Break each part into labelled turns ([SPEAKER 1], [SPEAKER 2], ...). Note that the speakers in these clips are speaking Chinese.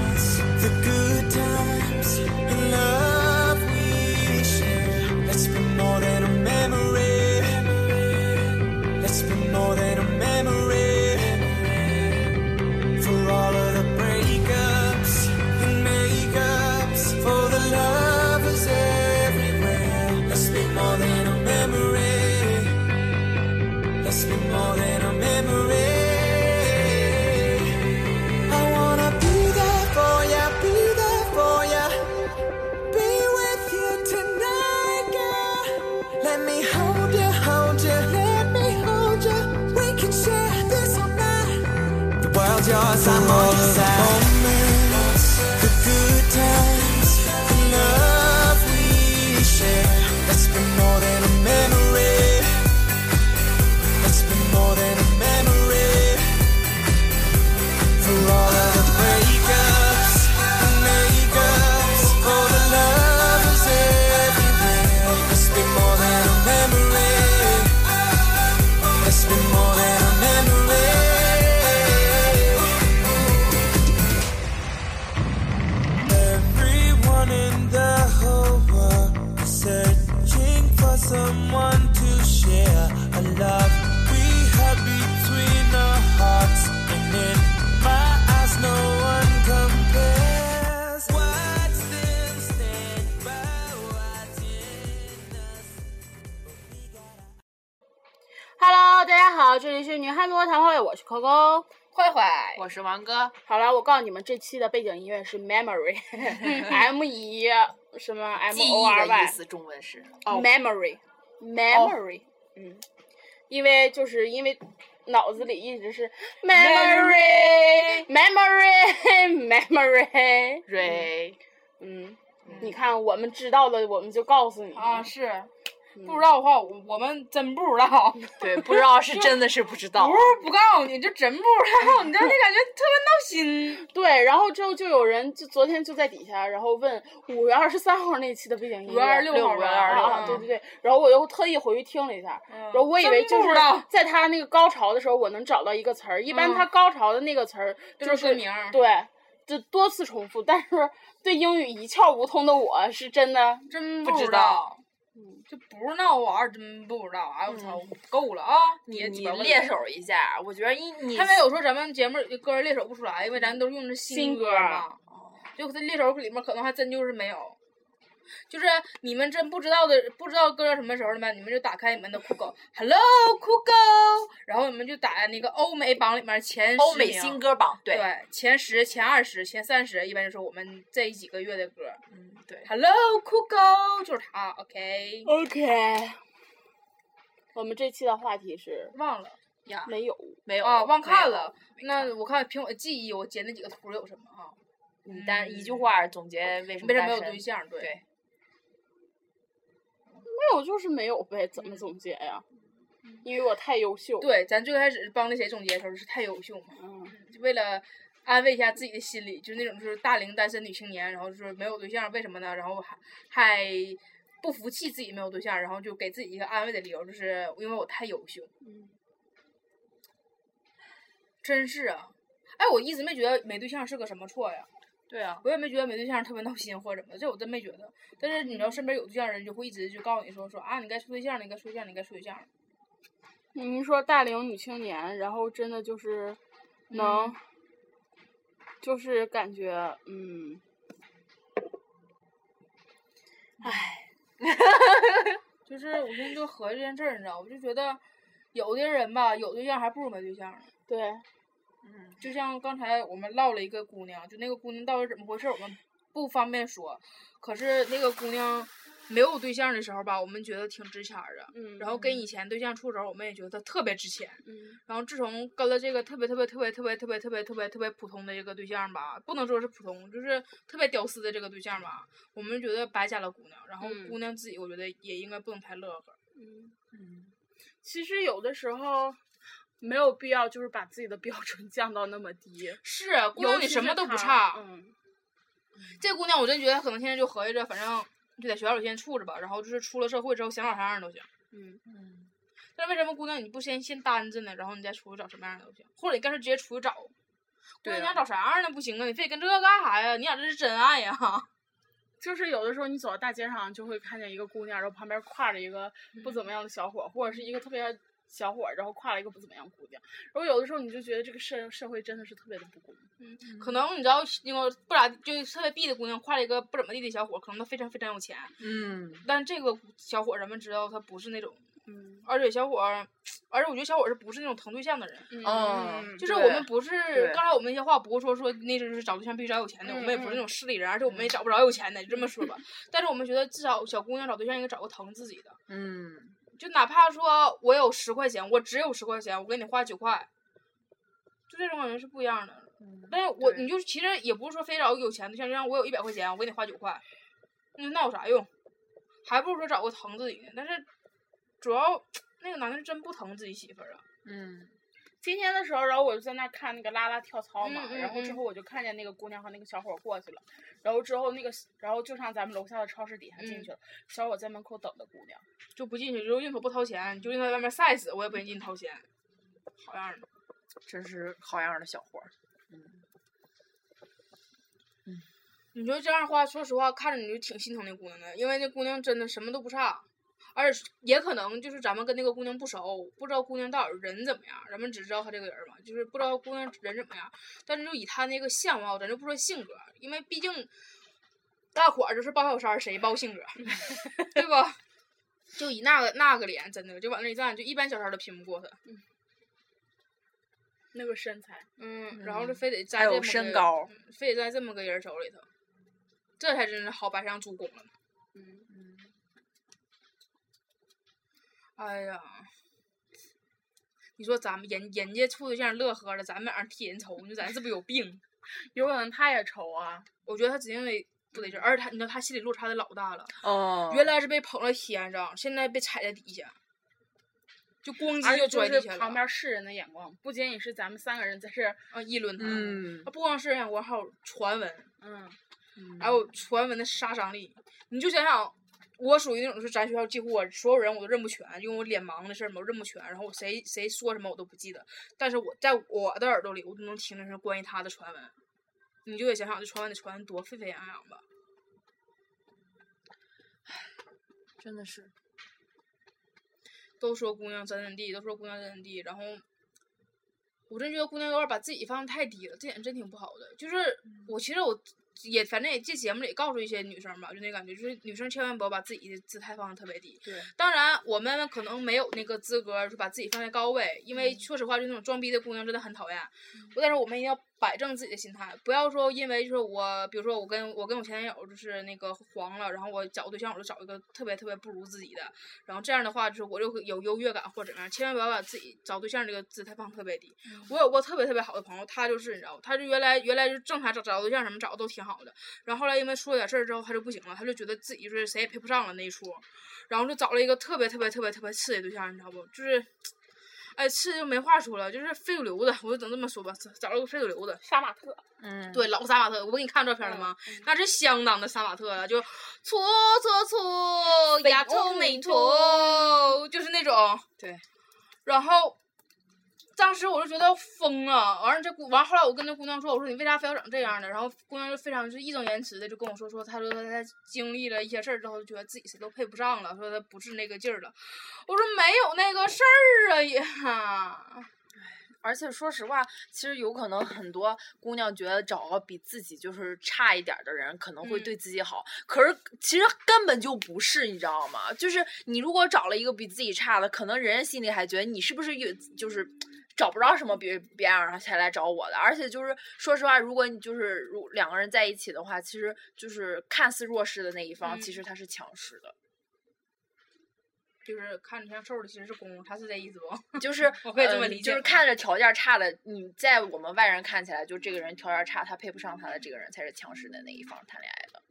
[SPEAKER 1] the good times and love we share. Let's be more than a memory. Let's be more than a memory. For all of the breakups and makeups, for the lovers everywhere. Let's be more than a memory. Let's be more than a memory. I wanna be there for ya, be there for ya, be with you tonight, girl. Let me hold ya, hold ya, let me hold ya. We can share this all night. The world's yours, I'm all inside. Moments, the good times, the love we share. Let's be more than a memory. Let's be more than a memory. For all of the breakups, the makeups, for the lovers everywhere. Let's be more than a memory. Let's be more than a memory. Everyone in the whole world is searching for someone to share a love we had between our hearts. And in my eyes, no one compares. What's them stand by what's in us?
[SPEAKER 2] Hello，大家好，这里是女汉子谈会，我是 Coco。
[SPEAKER 3] 坏坏，
[SPEAKER 4] 我是王哥，
[SPEAKER 2] 好了，我告诉你们，这期的背景音乐是 Memory，M E 什么 M
[SPEAKER 4] 记
[SPEAKER 2] O
[SPEAKER 4] 忆
[SPEAKER 2] R
[SPEAKER 4] 的意
[SPEAKER 2] Y
[SPEAKER 4] 思，中文是
[SPEAKER 3] 哦
[SPEAKER 2] Memory Memory，嗯，因为就是因为脑子里一直是 Memory Memory Memory，
[SPEAKER 4] 蕊，
[SPEAKER 2] 嗯，你看我们知道了，我们就告诉你
[SPEAKER 3] 啊，是，不知道的话，我我们真不知道，
[SPEAKER 4] 嗯 对，不知道是真的是不知道
[SPEAKER 3] 不，是不告诉你，就真不知道，你知道那感觉特别闹心。
[SPEAKER 2] 对，然后之后就有人就昨天就在底下，然后问五月二十三号那期的背景音乐，
[SPEAKER 3] 5月26
[SPEAKER 2] 六
[SPEAKER 3] 号
[SPEAKER 2] 五
[SPEAKER 3] 吧
[SPEAKER 2] 月二十六号，
[SPEAKER 3] 嗯
[SPEAKER 2] 对对对。然后我又特意回去听了一下，
[SPEAKER 3] 然
[SPEAKER 2] 然后我以为就
[SPEAKER 3] 嗯不
[SPEAKER 2] 是
[SPEAKER 3] 知道，
[SPEAKER 2] 在他那个高潮的时候，我能找到一个词儿。一般
[SPEAKER 3] 嗯
[SPEAKER 2] 他高潮的那个词儿
[SPEAKER 3] 就
[SPEAKER 2] 就是
[SPEAKER 3] 歌名儿
[SPEAKER 2] 对，就多次重复。但是对英语一窍无通的我是真的，
[SPEAKER 3] 真
[SPEAKER 4] 不知
[SPEAKER 3] 知
[SPEAKER 4] 道
[SPEAKER 3] 道。就不是闹玩儿，真不知道。哎，我操，够了啊！
[SPEAKER 4] 你
[SPEAKER 3] 也
[SPEAKER 4] 嗯你猎手一下，我觉得一你
[SPEAKER 3] 他们有说咱们节目歌儿猎手不出来，因为咱都是用的
[SPEAKER 2] 新
[SPEAKER 3] 歌
[SPEAKER 2] 歌儿
[SPEAKER 3] 嘛。就这猎手里面可能还真就是没有，就是你们真不知道的，不知道歌儿什么时候的嘛，你们就打开你们的酷狗，Hello 酷狗，然后你们就打那个欧美榜里面前十
[SPEAKER 4] 欧美
[SPEAKER 3] 名
[SPEAKER 4] 新歌榜，对
[SPEAKER 3] 对，前十、前二十、前三十，一般就是我们这几个月的歌儿。
[SPEAKER 4] 嗯对，
[SPEAKER 3] Hello 酷狗就是它，OK，
[SPEAKER 2] OK，我们这期的话题是
[SPEAKER 3] 忘了
[SPEAKER 4] 呀，
[SPEAKER 2] 没有，
[SPEAKER 4] 没有
[SPEAKER 3] 啊、忘看
[SPEAKER 4] 没有
[SPEAKER 3] 了。那我看凭我记忆，我截那几个图有什么啊？
[SPEAKER 4] 你单一句话总结为什么
[SPEAKER 3] 嗯为什么
[SPEAKER 4] 单
[SPEAKER 3] 没有
[SPEAKER 4] 身
[SPEAKER 3] 对象？对，
[SPEAKER 4] 对
[SPEAKER 2] 没有就是没有呗，怎么总结呀？因为我太优秀。
[SPEAKER 3] 对，咱最开始帮那谁总结的时候是太优秀嘛，
[SPEAKER 2] 嗯，
[SPEAKER 3] 就为了安慰一下自己的心理，就是那种就是大龄单身女青年，然后就是没有对象，为什么呢？然后还还不服气自己没有对象，然后就给自己一个安慰的理由，就是因为我太优秀。
[SPEAKER 2] 嗯，
[SPEAKER 3] 真是啊，哎，我一直没觉得没对象是个什么错呀，
[SPEAKER 4] 对啊，
[SPEAKER 3] 我也没觉得没对象特别闹心或者什么的，这我真没觉得。但是你知道身边有对象的人就会一直就告诉你说说啊，你该处对象了，你该处对象了，你该处对象了。
[SPEAKER 2] 您说大龄女青年，然后真的就是能，就是感觉嗯，
[SPEAKER 3] 就是我现在就合计这件事儿，你知道，我就觉得有的人吧，有对象还不如没对象呢。
[SPEAKER 2] 对，
[SPEAKER 4] 嗯
[SPEAKER 3] 就像刚才我们唠了一个姑娘，就那个姑娘到底怎么回事，我们不方便说。可是那个姑娘没有对象的时候吧，我们觉得挺值钱儿的。
[SPEAKER 2] 嗯，
[SPEAKER 3] 然后跟以前对象处的时候，我们也觉得她特别值钱。
[SPEAKER 2] 嗯
[SPEAKER 3] 然后自从跟了这个特别特别特别特别特别特别特别特别普通的一个对象吧，不能说是普通，就是特别屌丝的这个对象吧，我们觉得白嫁了姑娘。然后
[SPEAKER 2] 嗯
[SPEAKER 3] 姑娘自己，我觉得也应该不能太乐呵。
[SPEAKER 2] 嗯，
[SPEAKER 4] 嗯，
[SPEAKER 2] 其实有的时候没有必要，就是把自己的标准降到那么低。
[SPEAKER 3] 是啊姑娘，
[SPEAKER 2] 尤
[SPEAKER 3] 你
[SPEAKER 2] 其
[SPEAKER 3] 什
[SPEAKER 2] 是
[SPEAKER 3] 么都
[SPEAKER 2] 她
[SPEAKER 3] 不差。
[SPEAKER 2] 嗯，
[SPEAKER 3] 这姑娘，我真觉得她可能现在就合计着，反正就在学校里先处着吧，然后就是出了社会之后想找啥样都行。
[SPEAKER 2] 嗯，
[SPEAKER 4] 嗯
[SPEAKER 3] 但是为什么姑娘你不先先单着呢？然后你再出去找什么样的都行，或者你干脆直接出去找，对
[SPEAKER 4] 对
[SPEAKER 3] 你
[SPEAKER 4] 啊
[SPEAKER 3] 俩找啥样的不行啊？你非得跟这个干啥呀？你俩这是真爱呀！
[SPEAKER 2] 就是有的时候你走到大街上，就会看见一个姑娘，然后旁边挎着一个不怎么样的小伙，或者是一个特别小伙，然后挎了一个不怎么样的姑娘。然后有的时候你就觉得这个社社会真的是特别的不公平。
[SPEAKER 3] 可能你知道那个不咋就特别地的姑娘挎了一个不怎么地的小伙，可能他非常非常有钱，
[SPEAKER 4] 嗯，
[SPEAKER 3] 但这个小伙咱们知道他不是那种，
[SPEAKER 2] 嗯
[SPEAKER 3] 而且小伙儿，而且我觉得小伙儿是不是那种疼对象的人？
[SPEAKER 4] 嗯
[SPEAKER 3] 就是
[SPEAKER 4] 对
[SPEAKER 3] 我们不是
[SPEAKER 4] 对
[SPEAKER 3] 刚才我们那些话不是说说那就是找对象必须找有钱的，我们也
[SPEAKER 4] 嗯
[SPEAKER 3] 不是那种势利人，而且我们也找不着有钱的，就这么说吧。但是我们觉得至少小姑娘找对象应该找个疼自己的，
[SPEAKER 4] 嗯，
[SPEAKER 3] 就哪怕说我有十块钱，我只有十块钱，我给你花九块，就这种感觉是不一样的。
[SPEAKER 4] 嗯
[SPEAKER 3] 但是我
[SPEAKER 2] 对
[SPEAKER 3] 你就其实也不是说非找个有钱的，像这样我有一百块钱，我给你花九块，那那有啥用？还不如说找个疼自己的。但是主要那个男的是真不疼自己媳妇儿啊。
[SPEAKER 4] 嗯，
[SPEAKER 2] 今天的时候，然后我就在那儿看那个拉拉跳操嘛，
[SPEAKER 3] 嗯嗯
[SPEAKER 2] 然后之
[SPEAKER 3] 嗯
[SPEAKER 2] 后我就看见那个姑娘和那个小伙儿过去了，然后之后那个，然后就上咱们楼下的超市底下
[SPEAKER 3] 嗯
[SPEAKER 2] 进去了，小伙儿在门口等的姑娘，
[SPEAKER 3] 就不进去，就宁可不掏钱，就宁可在外面晒死，我也不愿意进去掏钱。好样的！
[SPEAKER 4] 真是好样的小伙儿。
[SPEAKER 3] 你说这样的话，说实话，看着你就挺心疼那姑娘的，因为那姑娘真的什么都不差，而且也可能就是咱们跟那个姑娘不熟，不知道姑娘到底人怎么样，咱们只知道她这个人嘛，就是不知道姑娘人怎么样。但是就以她那个相貌，咱就不说性格，因为毕竟大伙儿就是包小三儿，谁包性格，对吧？ 就以那个那个脸，真的就往那一站，就一般小三儿都拼不过她。
[SPEAKER 2] 嗯那个身材，
[SPEAKER 3] 嗯，然后就非得栽
[SPEAKER 4] 还
[SPEAKER 3] 这
[SPEAKER 4] 有
[SPEAKER 3] 么个
[SPEAKER 4] 身
[SPEAKER 3] 人
[SPEAKER 4] 高，
[SPEAKER 3] 嗯非得栽这么个人手里头，这才真是好白上猪拱了呢。
[SPEAKER 2] 嗯，
[SPEAKER 3] 哎呀，你说咱们人人家处对象乐呵了，咱们俩替人愁，你说咱是不是有病？
[SPEAKER 2] 有可能她也愁啊，
[SPEAKER 3] 我觉得他指定得不得劲儿，而且他你知道他心理落差的老大了，
[SPEAKER 4] 哦
[SPEAKER 3] 嗯原来是被捧在天上，现在被踩在底下，就咣叽
[SPEAKER 2] 嗯而且
[SPEAKER 3] 就
[SPEAKER 2] 就
[SPEAKER 3] 摔地
[SPEAKER 2] 是
[SPEAKER 3] 下了。
[SPEAKER 2] 旁边世人的眼光，不仅仅是咱们三个人在这儿，
[SPEAKER 3] 啊议论他，
[SPEAKER 4] 嗯
[SPEAKER 3] 啊，不光是眼光，还有传闻，
[SPEAKER 2] 嗯，
[SPEAKER 3] 还有传闻的杀伤力。你就想想，我属于那种是咱学校几乎我所有人我都认不全，因为我脸盲的事儿嘛，我认不全。然后我谁谁说什么我都不记得，但是我在我的耳朵里，我都能听得是关于他的传闻。你就得想想这传闻得传多沸沸扬扬吧。
[SPEAKER 4] 真的是，
[SPEAKER 3] 都说姑娘怎怎地，都说姑娘怎怎地，然后我真觉得姑娘有点儿把自己放得太低了，这点真挺不好的。就是我其实我也反正也这节目里也告诉一些女生吧，就那感觉，就是女生千万不要把自己的姿态放得特别低。
[SPEAKER 2] 对，
[SPEAKER 3] 当然我们可能没有那个资格就把自己放在高位，因为说实话，就那种装逼的姑娘真的很讨厌。但是我们一定要摆正自己的心态，不要说因为就是我，比如说我跟我跟我前男友就是那个黄了，然后我找个对象我就找一个特别特别不如自己的，然后这样的话，就是我就会有优越感或者怎么样，千万不要把自己找对象这个姿态放特别低。我有过特别特别好的朋友，他就是你知道，他就原来原来就正常找找对象什么找的都挺好的，然后后来因为出了点事儿之后，他就不行了，他就觉得自己就是谁也配不上了那一出，然后就找了一个特别特别特别特别次的对象，你知道不？就是，哎，次就没话说了，就是非主流的，我就能这么说吧，找找了个非主流的，
[SPEAKER 2] 杀马特，嗯
[SPEAKER 4] 嗯，
[SPEAKER 3] 对，老杀马特，我给你看照片了吗？嗯那是相当的杀马特了，就搓搓 搓，
[SPEAKER 5] 北
[SPEAKER 3] 牙
[SPEAKER 5] 欧
[SPEAKER 3] 抽
[SPEAKER 5] 美
[SPEAKER 3] 美
[SPEAKER 5] 洲
[SPEAKER 3] 抽，就是那种。
[SPEAKER 4] 对。
[SPEAKER 3] 然后，当时我就觉得疯了。完了，这姑，完后来我跟那姑娘说，我说你为啥非要整这样的？然后姑娘就非常就义正言辞的就跟我说说，她说她经历了一些事儿之后，就觉得自己谁都配不上了，说她不是那个劲儿了。我说没有那个事儿啊也。
[SPEAKER 4] 而且说实话，其实有可能很多姑娘觉得找个比自己就是差一点儿的人，可能会
[SPEAKER 3] 嗯
[SPEAKER 4] 对自己好。可是其实根本就不是，你知道吗？就是你如果找了一个比自己差的，可能人家心里还觉得你是不是有就是。找不着什么别别样儿，然后才来找我的。而且就是说实话，如果你就是如两个人在一起的话，其实就是看似弱势的那一方，其
[SPEAKER 3] 嗯
[SPEAKER 4] 实他是强势的。
[SPEAKER 3] 就是看着像瘦的其实是公，他是这意思不？
[SPEAKER 4] 就是
[SPEAKER 3] 我可以这么
[SPEAKER 4] 嗯
[SPEAKER 3] 理
[SPEAKER 4] 就
[SPEAKER 3] 解
[SPEAKER 4] 是看着条件差的，你在我们外人看起来，就这个人条件差，他配不上他的这个人才是强势的那一方谈恋 爱的。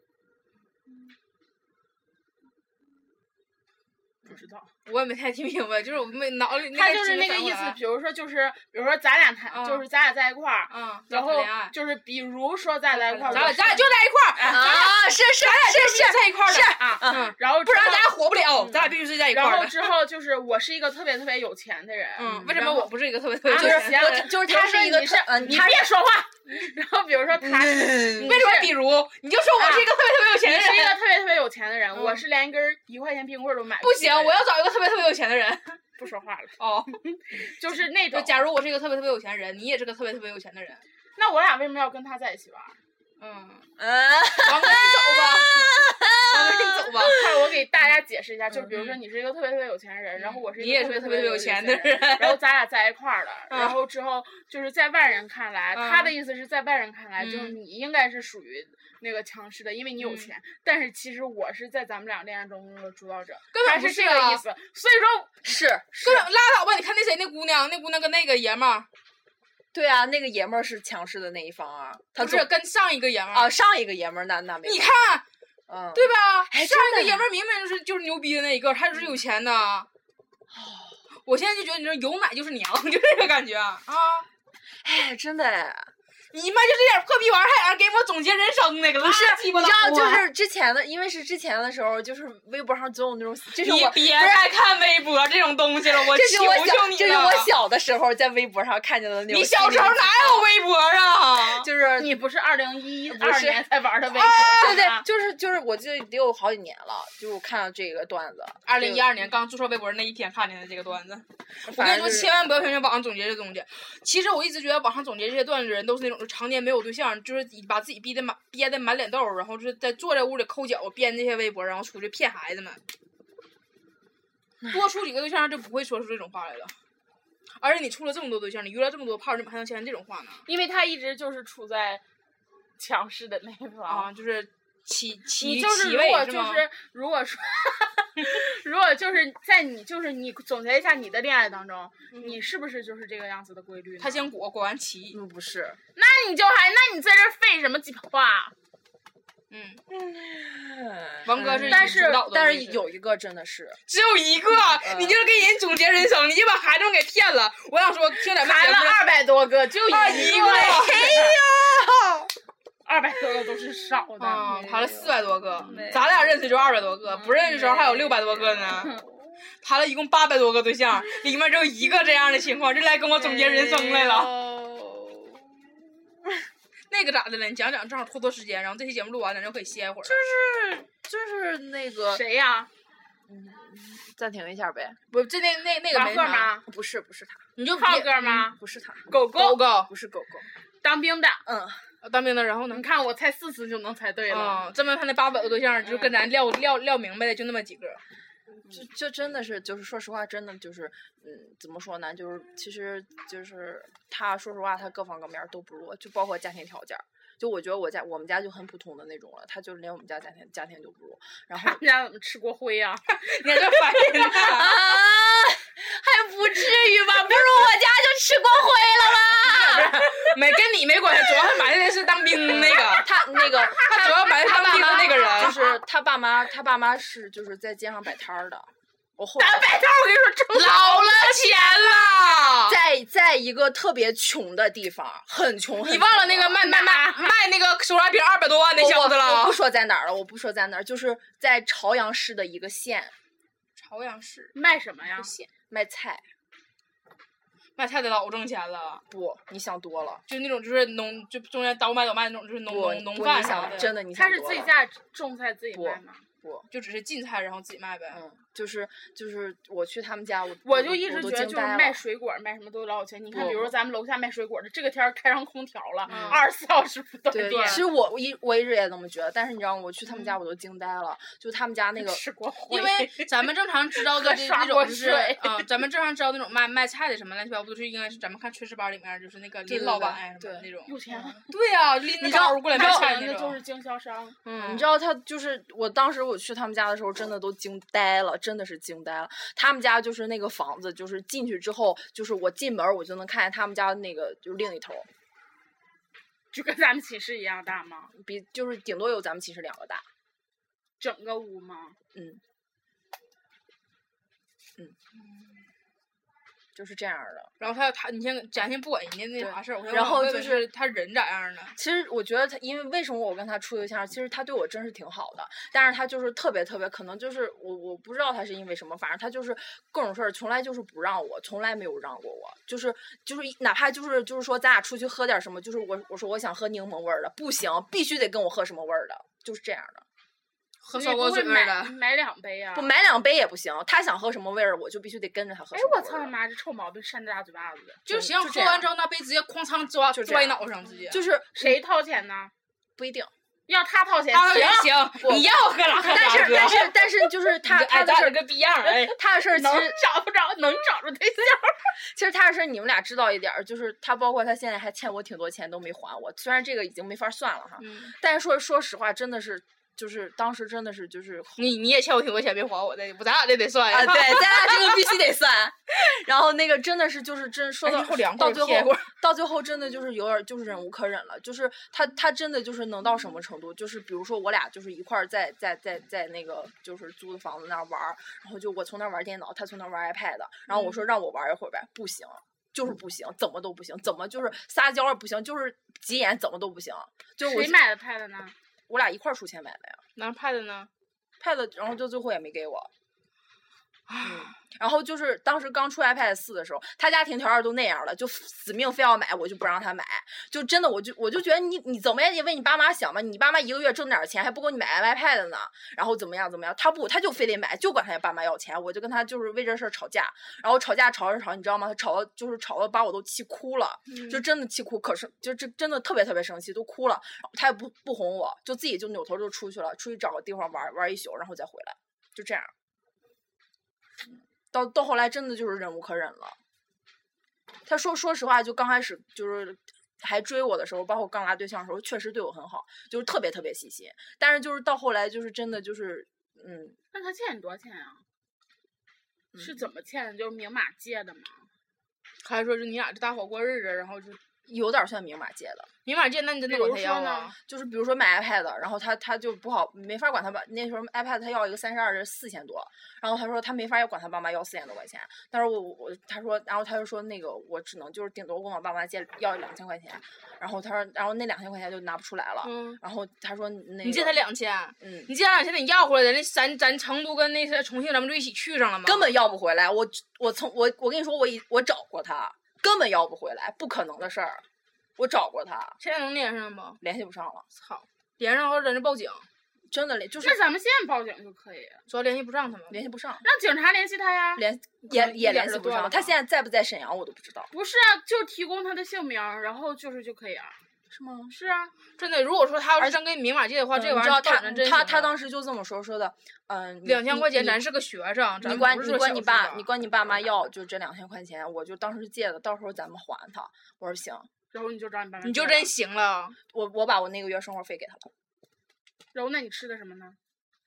[SPEAKER 2] 不知道，
[SPEAKER 3] 我也没太听明白，就是我没脑里
[SPEAKER 2] 他就是那个意思，比如说就是，比如说咱俩谈，
[SPEAKER 3] 嗯
[SPEAKER 2] 就是咱俩在一块儿，
[SPEAKER 3] 啊，
[SPEAKER 2] 然后
[SPEAKER 3] 谈恋爱，
[SPEAKER 2] 就是比如说咱俩在一块儿，
[SPEAKER 3] 咱俩咱俩就在一块儿，咱俩
[SPEAKER 4] 啊，是是是是，
[SPEAKER 3] 在一块儿的啊，
[SPEAKER 2] 嗯然后
[SPEAKER 3] 不然
[SPEAKER 2] 之后
[SPEAKER 3] 咱俩活不了，咱俩必须是在一块
[SPEAKER 2] 嗯然
[SPEAKER 3] 儿
[SPEAKER 2] 后
[SPEAKER 3] 的。
[SPEAKER 2] 之后就是我是一个特别特别有钱的人，
[SPEAKER 3] 嗯，为什
[SPEAKER 2] 然
[SPEAKER 3] 么
[SPEAKER 2] 后
[SPEAKER 3] 我不是一个特别特别
[SPEAKER 2] 啊
[SPEAKER 3] 有
[SPEAKER 4] 就
[SPEAKER 3] 钱
[SPEAKER 2] 不行
[SPEAKER 4] 是我这就
[SPEAKER 3] 的人？
[SPEAKER 4] 是他是一个
[SPEAKER 2] 你
[SPEAKER 4] 特
[SPEAKER 2] 呃是
[SPEAKER 4] 嗯，
[SPEAKER 2] 你
[SPEAKER 4] 他
[SPEAKER 2] 别说话。 然后比如说他，你
[SPEAKER 3] 为什么？
[SPEAKER 2] 是
[SPEAKER 3] 比如，你就说我是一个特别特别有钱
[SPEAKER 2] 你
[SPEAKER 3] 的
[SPEAKER 2] 是一
[SPEAKER 3] 人，
[SPEAKER 2] 个特别特别有钱的人，
[SPEAKER 3] 嗯
[SPEAKER 2] 我是连一根儿一块钱冰棍儿都买
[SPEAKER 3] 不
[SPEAKER 2] 起
[SPEAKER 3] 行，
[SPEAKER 2] 的人
[SPEAKER 3] 我要找一个特别特别有钱的人。
[SPEAKER 2] 不说话了，
[SPEAKER 3] 哦，
[SPEAKER 2] 就是那
[SPEAKER 3] 就
[SPEAKER 2] 种。
[SPEAKER 3] 假如我是一个特别特别有钱的人，你也是个特别特别有钱的人，
[SPEAKER 2] 那我俩为什么要跟他在一起玩儿？
[SPEAKER 3] 嗯，
[SPEAKER 4] 嗯，
[SPEAKER 3] 王哥你走吧，王哥你 走吧。
[SPEAKER 2] 快，我给大家解释一下，就是比如说你是一个特别特别有钱的人，然后我是
[SPEAKER 3] 嗯你
[SPEAKER 2] 一
[SPEAKER 3] 也
[SPEAKER 2] 个
[SPEAKER 3] 是
[SPEAKER 2] 特别
[SPEAKER 3] 特别特别有
[SPEAKER 2] 有
[SPEAKER 3] 钱的
[SPEAKER 2] 的
[SPEAKER 3] 人，
[SPEAKER 2] 然后咱俩在一块儿了，
[SPEAKER 3] 嗯
[SPEAKER 2] 然后之后就是在外人看来，
[SPEAKER 3] 嗯
[SPEAKER 2] 他的意思是在外人看来，就是
[SPEAKER 3] 嗯
[SPEAKER 2] 你应该是属于那个强势的，因为你有
[SPEAKER 3] 嗯
[SPEAKER 2] 钱，但是其实我是在咱们俩恋爱中的主导者，
[SPEAKER 3] 根本
[SPEAKER 2] 他
[SPEAKER 3] 不
[SPEAKER 2] 是这
[SPEAKER 3] 啊
[SPEAKER 2] 个意思，所以说
[SPEAKER 4] 是是
[SPEAKER 3] 根，本拉倒吧！你看那谁那姑娘，那姑娘跟那个爷们儿，
[SPEAKER 4] 对啊，那个爷们儿是强势的那一方啊，他
[SPEAKER 3] 不是
[SPEAKER 4] 总
[SPEAKER 3] 跟上一个爷们儿。
[SPEAKER 4] 啊上一个爷们儿那那没
[SPEAKER 3] 你
[SPEAKER 4] 法，
[SPEAKER 3] 看
[SPEAKER 4] 嗯，
[SPEAKER 3] 对吧？
[SPEAKER 4] 哎
[SPEAKER 3] 上一
[SPEAKER 4] 真的哦
[SPEAKER 3] 个爷们儿明明就是就是牛逼的那一个，他就是有钱的。我现在就觉得你这有奶就是娘， 就这个感觉啊！
[SPEAKER 4] 哎，真的哎，
[SPEAKER 3] 你妈就这点破逼玩意儿，还让给我总结人生那个，不
[SPEAKER 4] 不是，
[SPEAKER 3] 鸡
[SPEAKER 4] 你
[SPEAKER 3] 巴
[SPEAKER 4] 知道，
[SPEAKER 3] 倒
[SPEAKER 4] 就
[SPEAKER 3] 啊
[SPEAKER 4] 是之前的，因为是之前的时候，就是微博上总有那种，这是
[SPEAKER 3] 你
[SPEAKER 4] 我，
[SPEAKER 3] 别再看微博这种东西了，我
[SPEAKER 4] 这是我
[SPEAKER 3] 求求
[SPEAKER 4] 小，
[SPEAKER 3] 你
[SPEAKER 4] 这是我
[SPEAKER 3] 了
[SPEAKER 4] 小的时候在微博上看见的那种。
[SPEAKER 3] 你小时候哪有微博啊？
[SPEAKER 4] 就是
[SPEAKER 2] 你不是二零一
[SPEAKER 4] 不
[SPEAKER 2] 二
[SPEAKER 4] 是
[SPEAKER 2] 年才玩的微博、
[SPEAKER 3] 啊
[SPEAKER 4] 对对，
[SPEAKER 2] 啊
[SPEAKER 4] 就是就是，我记得得有好几年了，就是我看到这个段子，
[SPEAKER 3] 二零一二年刚注册微博那一天看见的这个段子。我
[SPEAKER 4] 反
[SPEAKER 3] 跟
[SPEAKER 4] 正
[SPEAKER 3] 你说，
[SPEAKER 4] 就是
[SPEAKER 3] 千万不要相信网上总结这东西。其实我一直觉得网上总结这些段子的人都是那种就常年没有对象，就是把自己逼得满憋得满脸痘儿，然后就是在坐在屋里抠脚编这些微博，然后出去骗孩子们。多处几个对象就不会说出这种话来了。而且你处了这么多对象，你约了这么多炮儿，你怎么还能相信这种话呢？
[SPEAKER 2] 因为他一直就是处在强势的那一方。
[SPEAKER 3] 啊，就是其
[SPEAKER 2] 你
[SPEAKER 3] 其
[SPEAKER 2] 就是
[SPEAKER 3] 其
[SPEAKER 2] 如
[SPEAKER 3] 位
[SPEAKER 2] 果
[SPEAKER 3] 是
[SPEAKER 2] 就
[SPEAKER 3] 吗
[SPEAKER 2] 是如果说， 如果就是在你就是你总结一下你的恋爱当中，你是不是就是这个样子的规律呢？
[SPEAKER 3] 嗯他先裹裹完齐，
[SPEAKER 4] 嗯不是，
[SPEAKER 2] 那你就还那你在这儿废什么鸡巴话？啊
[SPEAKER 3] 嗯，王哥是
[SPEAKER 2] 但
[SPEAKER 3] 以
[SPEAKER 2] 是
[SPEAKER 3] 主导的
[SPEAKER 4] 但
[SPEAKER 3] 位
[SPEAKER 4] 是
[SPEAKER 3] 置
[SPEAKER 4] 有一个真的是，
[SPEAKER 3] 只有一个，你就是给人总结人生，你就把孩子们给骗了。我想说，听咱们
[SPEAKER 2] 谈
[SPEAKER 3] 节
[SPEAKER 2] 了
[SPEAKER 3] 目，
[SPEAKER 2] 二百多个，就一
[SPEAKER 3] 啊
[SPEAKER 2] 个
[SPEAKER 3] 一个，
[SPEAKER 2] 二百多个都是少的。哎
[SPEAKER 3] 啊，谈了四百多个
[SPEAKER 2] 没，有
[SPEAKER 3] 咱俩认识就二百多个，不认识的时候还有六百多个呢。谈了一共八百多个对 象，里面只有一个这样的情况，这来跟我总结人生来了。
[SPEAKER 2] 了。
[SPEAKER 3] 那个咋的了？你讲讲，正好拖拖时间，然后这期节目录完，咱就可以歇一会儿。
[SPEAKER 4] 就是那个
[SPEAKER 2] 谁呀？
[SPEAKER 4] 暂停一下呗，
[SPEAKER 3] 不，这那那那个
[SPEAKER 2] 马
[SPEAKER 3] 没
[SPEAKER 2] 赫
[SPEAKER 3] 啥，
[SPEAKER 2] 吗？
[SPEAKER 4] 啊不是不是他，
[SPEAKER 3] 你就
[SPEAKER 2] 浩
[SPEAKER 3] 别
[SPEAKER 2] 哥吗？
[SPEAKER 4] 不是他，
[SPEAKER 2] 狗
[SPEAKER 3] 嗯狗
[SPEAKER 2] 狗
[SPEAKER 3] 狗
[SPEAKER 4] 不是狗狗，
[SPEAKER 2] 当兵的，
[SPEAKER 4] 嗯，
[SPEAKER 3] 当兵的，然后呢
[SPEAKER 2] 你？看我猜四次就能猜对了。
[SPEAKER 3] 啊，证明他那八百个对象，就是跟咱撂撂撂明白的就那么几个。
[SPEAKER 4] 就就真的是，就是说实话，真的就是，嗯，怎么说呢？就是其实就是他，说实话，他各方各面儿都不弱，就包括家庭条件儿。就我觉得我家我们家就很普通的那种了，他就连我们家家庭家庭都不弱。然后
[SPEAKER 2] 他们家怎么吃过灰呀、
[SPEAKER 3] 你看这反
[SPEAKER 4] 啊，
[SPEAKER 3] 应 呢？
[SPEAKER 4] 还不至于吧？不如我家就吃光辉了吗？
[SPEAKER 3] 没跟你没关系，主要他埋汰的是当兵那个，
[SPEAKER 4] 他那个
[SPEAKER 3] 他主要埋汰
[SPEAKER 4] 他
[SPEAKER 3] 当
[SPEAKER 4] 爸
[SPEAKER 3] 兵的
[SPEAKER 4] 妈
[SPEAKER 3] 那个
[SPEAKER 4] 就
[SPEAKER 3] 人。
[SPEAKER 4] 是他爸妈，他爸妈是就是在街上摆摊儿的。我后来
[SPEAKER 2] 咱摆摊儿，我跟你说，挣
[SPEAKER 3] 老了钱了，
[SPEAKER 4] 在在一个特别穷的地方，很穷。很
[SPEAKER 3] 你忘
[SPEAKER 4] 穷
[SPEAKER 3] 了那个卖卖卖卖那个手抓饼二百多万那小
[SPEAKER 4] 我
[SPEAKER 3] 子
[SPEAKER 4] 我
[SPEAKER 3] 了啊
[SPEAKER 4] 不？ 说在哪儿了，我不说在哪儿，就是在朝阳市的一个县
[SPEAKER 3] 朝阳市
[SPEAKER 2] 卖什么呀？
[SPEAKER 4] 卖菜。
[SPEAKER 3] 卖菜的老挣钱了，
[SPEAKER 4] 不，你想多了。
[SPEAKER 3] 就那种就是农就中间倒卖倒卖那种，就是农
[SPEAKER 4] 不，
[SPEAKER 3] 农农
[SPEAKER 4] 不
[SPEAKER 3] 贩
[SPEAKER 4] 你
[SPEAKER 3] 啥
[SPEAKER 4] 想
[SPEAKER 3] 的，
[SPEAKER 4] 真的，你想
[SPEAKER 2] 他是
[SPEAKER 4] 多
[SPEAKER 2] 自己
[SPEAKER 4] 了
[SPEAKER 2] 家种菜自己
[SPEAKER 4] 不
[SPEAKER 2] 卖吗？
[SPEAKER 4] 不，
[SPEAKER 3] 就只是进菜然后自己卖呗。
[SPEAKER 4] 嗯，就是就是我去他们家，我
[SPEAKER 2] 我
[SPEAKER 4] 我
[SPEAKER 2] 就一直
[SPEAKER 4] 都
[SPEAKER 2] 觉得
[SPEAKER 4] 惊
[SPEAKER 2] 就是
[SPEAKER 4] 呆了
[SPEAKER 2] 卖水果儿卖什么都老有钱。你看，
[SPEAKER 4] 不
[SPEAKER 2] 比如说咱们楼下卖水果儿的，这个天儿开上空调了
[SPEAKER 3] 嗯，
[SPEAKER 2] 二十四小时不断
[SPEAKER 4] 对，
[SPEAKER 2] 电。
[SPEAKER 4] 其实我我一我一直也这么觉得，但是你知道吗？我去他们家我都惊呆了，就他们家那个
[SPEAKER 2] 吃过灰，
[SPEAKER 3] 因为咱们正常知道的这
[SPEAKER 2] 刷
[SPEAKER 3] 那种
[SPEAKER 2] 锅
[SPEAKER 3] 就是
[SPEAKER 2] 水
[SPEAKER 3] 啊、咱们正常知道那种卖卖菜的什么乱七八糟，不都是应该是咱们看炊事班里面就是那个
[SPEAKER 4] 对
[SPEAKER 3] 林
[SPEAKER 4] 对
[SPEAKER 3] 老
[SPEAKER 4] 对
[SPEAKER 3] 板呀哎什么的
[SPEAKER 4] 对
[SPEAKER 3] 那种。
[SPEAKER 2] 有钱吗？
[SPEAKER 3] 对啊呀、拎着
[SPEAKER 4] 你知道
[SPEAKER 3] 包过来卖
[SPEAKER 2] 他
[SPEAKER 3] 菜
[SPEAKER 2] 可能嗯
[SPEAKER 3] 那
[SPEAKER 2] 的
[SPEAKER 3] 种。
[SPEAKER 2] 就是经销商。
[SPEAKER 4] 你
[SPEAKER 3] 嗯
[SPEAKER 4] 知，道他就是我当时我去他们家的时候，真的都惊呆了，真的是惊呆了。他们家就是那个房子，就是进去之后，就是我进门我就能看见他们家那个就是另一头，
[SPEAKER 2] 就跟咱们寝室一样大吗？
[SPEAKER 4] 比就是顶多有咱们寝室两个大。
[SPEAKER 2] 整个屋吗？
[SPEAKER 4] 嗯，就是这样儿的。
[SPEAKER 3] 然后他他，你先咱先不管人家那啥事儿，我先
[SPEAKER 4] 然
[SPEAKER 3] 问
[SPEAKER 4] 后
[SPEAKER 3] 问
[SPEAKER 4] 就
[SPEAKER 3] 问
[SPEAKER 4] 是
[SPEAKER 3] 他人咋样的？
[SPEAKER 4] 其实我觉得他，因为为什么我跟他处对象，其实他对我真是挺好的，但是他就是特别特别，可能就是我我不知道他是因为什么，反正他就是各种事儿从来就是不让我，从来没有让过我，就是就是一哪怕就是就是说咱俩出去喝点什么，就是我我说我想喝柠檬味儿的，不行，必须得跟我喝什么味儿的，就是这样的，
[SPEAKER 3] 喝
[SPEAKER 2] 你
[SPEAKER 3] 烧
[SPEAKER 2] 不
[SPEAKER 3] 锅
[SPEAKER 2] 会
[SPEAKER 3] 水味儿
[SPEAKER 2] 买
[SPEAKER 3] 的，
[SPEAKER 2] 买两杯啊
[SPEAKER 4] 不！买两杯也不行，他想喝什么味儿我就必须得跟着他喝
[SPEAKER 2] 哎
[SPEAKER 4] 什么味
[SPEAKER 2] 我
[SPEAKER 4] 儿的。
[SPEAKER 2] 操你妈，这臭毛病扇大嘴巴子！
[SPEAKER 3] 就
[SPEAKER 4] 就
[SPEAKER 3] 行。
[SPEAKER 4] 就这
[SPEAKER 3] 喝完
[SPEAKER 4] 样
[SPEAKER 3] 之后那杯直接哐嚓抓
[SPEAKER 4] 就这
[SPEAKER 3] 拽
[SPEAKER 4] 样
[SPEAKER 3] 脑上，直接
[SPEAKER 4] 就是
[SPEAKER 2] 谁掏钱呢？
[SPEAKER 4] 不一定，
[SPEAKER 2] 要他掏钱
[SPEAKER 3] 啊
[SPEAKER 2] 行，
[SPEAKER 3] 行，你要喝啥喝
[SPEAKER 4] 但
[SPEAKER 3] 啥
[SPEAKER 4] 是
[SPEAKER 3] 哥
[SPEAKER 4] 但是但是就是他
[SPEAKER 3] 哎，
[SPEAKER 4] 他的
[SPEAKER 3] 咱
[SPEAKER 4] 事
[SPEAKER 3] 俩
[SPEAKER 4] 儿
[SPEAKER 3] 个逼样儿 哎。
[SPEAKER 4] 他的事儿其
[SPEAKER 2] 能
[SPEAKER 4] 实
[SPEAKER 2] 找不着，能找着对象。
[SPEAKER 4] 其实他的事儿你们俩知道一点儿，就是他包括他现在还欠我挺多钱都没还我，虽然这个已经没法算了哈，
[SPEAKER 3] 嗯
[SPEAKER 4] 但是说说实话，真的是就是当时真的是就是。
[SPEAKER 3] 你你也欠我挺多钱没还我的，我咱俩这得算呀。
[SPEAKER 4] 啊， 对，咱俩这个必须得算。然后那个真的是就是真说
[SPEAKER 3] 哎
[SPEAKER 4] 到、
[SPEAKER 3] 一会儿凉快
[SPEAKER 4] 到
[SPEAKER 3] 儿
[SPEAKER 4] 最
[SPEAKER 3] 歇
[SPEAKER 4] 后
[SPEAKER 3] 会儿
[SPEAKER 4] 到最后真的就是有点儿就是忍无可忍了，就是他他真的就是能到什么程度？就是比如说我俩就是一块儿在在在在那个就是租的房子那儿玩儿，然后就我从那儿玩电脑，他从那儿玩 iPad，然后我说
[SPEAKER 3] 嗯
[SPEAKER 4] 让我玩一会儿呗，不行，就是不行，怎么都不行，怎么就是撒娇也不行，就是急眼怎么都不行，就我
[SPEAKER 2] 谁买的 pad 呢？
[SPEAKER 4] 我俩一块儿出钱买的呀。
[SPEAKER 3] 那 pad 呢？
[SPEAKER 4] pad，然后就最后也没给我。嗯，然后就是当时刚出 iPad 四的时候，他家庭条件都那样了，就死命非要买，我就不让他买，就真的我就我就觉得你你怎么也得为你爸妈想吧，你爸妈一个月挣点儿钱还不够你买 iPad 呢，然后怎么样怎么样，他不他就非得买，就管他爸妈要钱，我就跟他就是为这事儿吵架，然后吵架吵着吵，你知道吗？他吵到就是吵到把我都气哭了，就真的气哭，可是就这真的特别特别生气，都哭了，他也不不哄我，就自己就扭头就出去了，出去找个地方玩儿玩儿一宿，然后再回来，就这样。到到后来真的就是忍无可忍了。他说说实话，就刚开始就是还追我的时候，包括刚拉对象的时候，确实对我很好，就是特别特别细心。但是就是到后来，就是真的就是嗯，
[SPEAKER 2] 那他欠你多少钱啊？是怎么欠的？就是明码借的吗？
[SPEAKER 3] 还是说是你俩这搭伙过日子，然后就
[SPEAKER 4] 有点儿算明码借的。
[SPEAKER 3] 你俩见，那你真得
[SPEAKER 2] 比
[SPEAKER 3] 管
[SPEAKER 2] 如
[SPEAKER 3] 他
[SPEAKER 2] 说
[SPEAKER 3] 要
[SPEAKER 2] 呢
[SPEAKER 3] 啊？
[SPEAKER 4] 就是比如说买 iPad，然后他他就不好没法管他爸，那时候 iPad 他要一个三十二是四千多，然后他说他没法要管他爸妈要四千多块钱，但是我我他说，然后他就说那个我只能就是顶多问我爸妈借要两千块钱，然后他说然后那两千块钱就拿不出来了，
[SPEAKER 3] 嗯，
[SPEAKER 4] 然后他说那个、
[SPEAKER 3] 你借他两千，
[SPEAKER 4] 嗯
[SPEAKER 3] 你借他两千得要回来，人家咱咱成都跟那些重庆咱们就一起去上了吗？
[SPEAKER 4] 根本要不回来，我我从我我跟你说我已我找过他，根本要不回来，不可能的事儿，我找过他
[SPEAKER 3] 现在能连上吗？
[SPEAKER 4] 联系不上了，
[SPEAKER 3] 操，连上后在这报警，
[SPEAKER 4] 真的联就是
[SPEAKER 2] 那咱们现在报警就可以，
[SPEAKER 3] 主要联系不上他们。
[SPEAKER 4] 联系不上，
[SPEAKER 2] 让警察联系他呀。
[SPEAKER 4] 联
[SPEAKER 3] 可
[SPEAKER 4] 也
[SPEAKER 3] 能一
[SPEAKER 4] 也联
[SPEAKER 3] 点儿
[SPEAKER 4] 系
[SPEAKER 3] 都
[SPEAKER 4] 不
[SPEAKER 3] 断
[SPEAKER 4] 上，
[SPEAKER 3] 了
[SPEAKER 4] 他
[SPEAKER 3] 吧
[SPEAKER 4] 现在在不在沈阳我都不知道。
[SPEAKER 2] 不是啊，就提供他的姓名儿，然后就是就可以啊。
[SPEAKER 4] 是吗？
[SPEAKER 2] 是啊，
[SPEAKER 3] 真的，如果说他要
[SPEAKER 4] 而
[SPEAKER 3] 是真跟你明码借的话，
[SPEAKER 4] 嗯
[SPEAKER 3] 哦这
[SPEAKER 4] 你
[SPEAKER 3] 玩
[SPEAKER 4] 知
[SPEAKER 3] 意
[SPEAKER 4] 道
[SPEAKER 3] 儿
[SPEAKER 4] 他他他当
[SPEAKER 3] 时
[SPEAKER 4] 时就这么说说的，嗯，你
[SPEAKER 3] 两千
[SPEAKER 4] 你
[SPEAKER 3] 块钱，
[SPEAKER 4] 你
[SPEAKER 3] 咱是个学生，咱
[SPEAKER 4] 你管
[SPEAKER 3] 不是
[SPEAKER 4] 你
[SPEAKER 3] 说
[SPEAKER 4] 管
[SPEAKER 3] 小啊
[SPEAKER 4] 你
[SPEAKER 3] 资
[SPEAKER 4] 爸
[SPEAKER 3] 吧
[SPEAKER 4] 你管你爸 妈要就这两千块钱，我就当时借的，到时候咱们还他。我说行，
[SPEAKER 2] 然后你就找你爸妈。
[SPEAKER 3] 你就真，行了。
[SPEAKER 4] 我我把我那个月生活费给他了，
[SPEAKER 2] 然后那你吃的什么呢？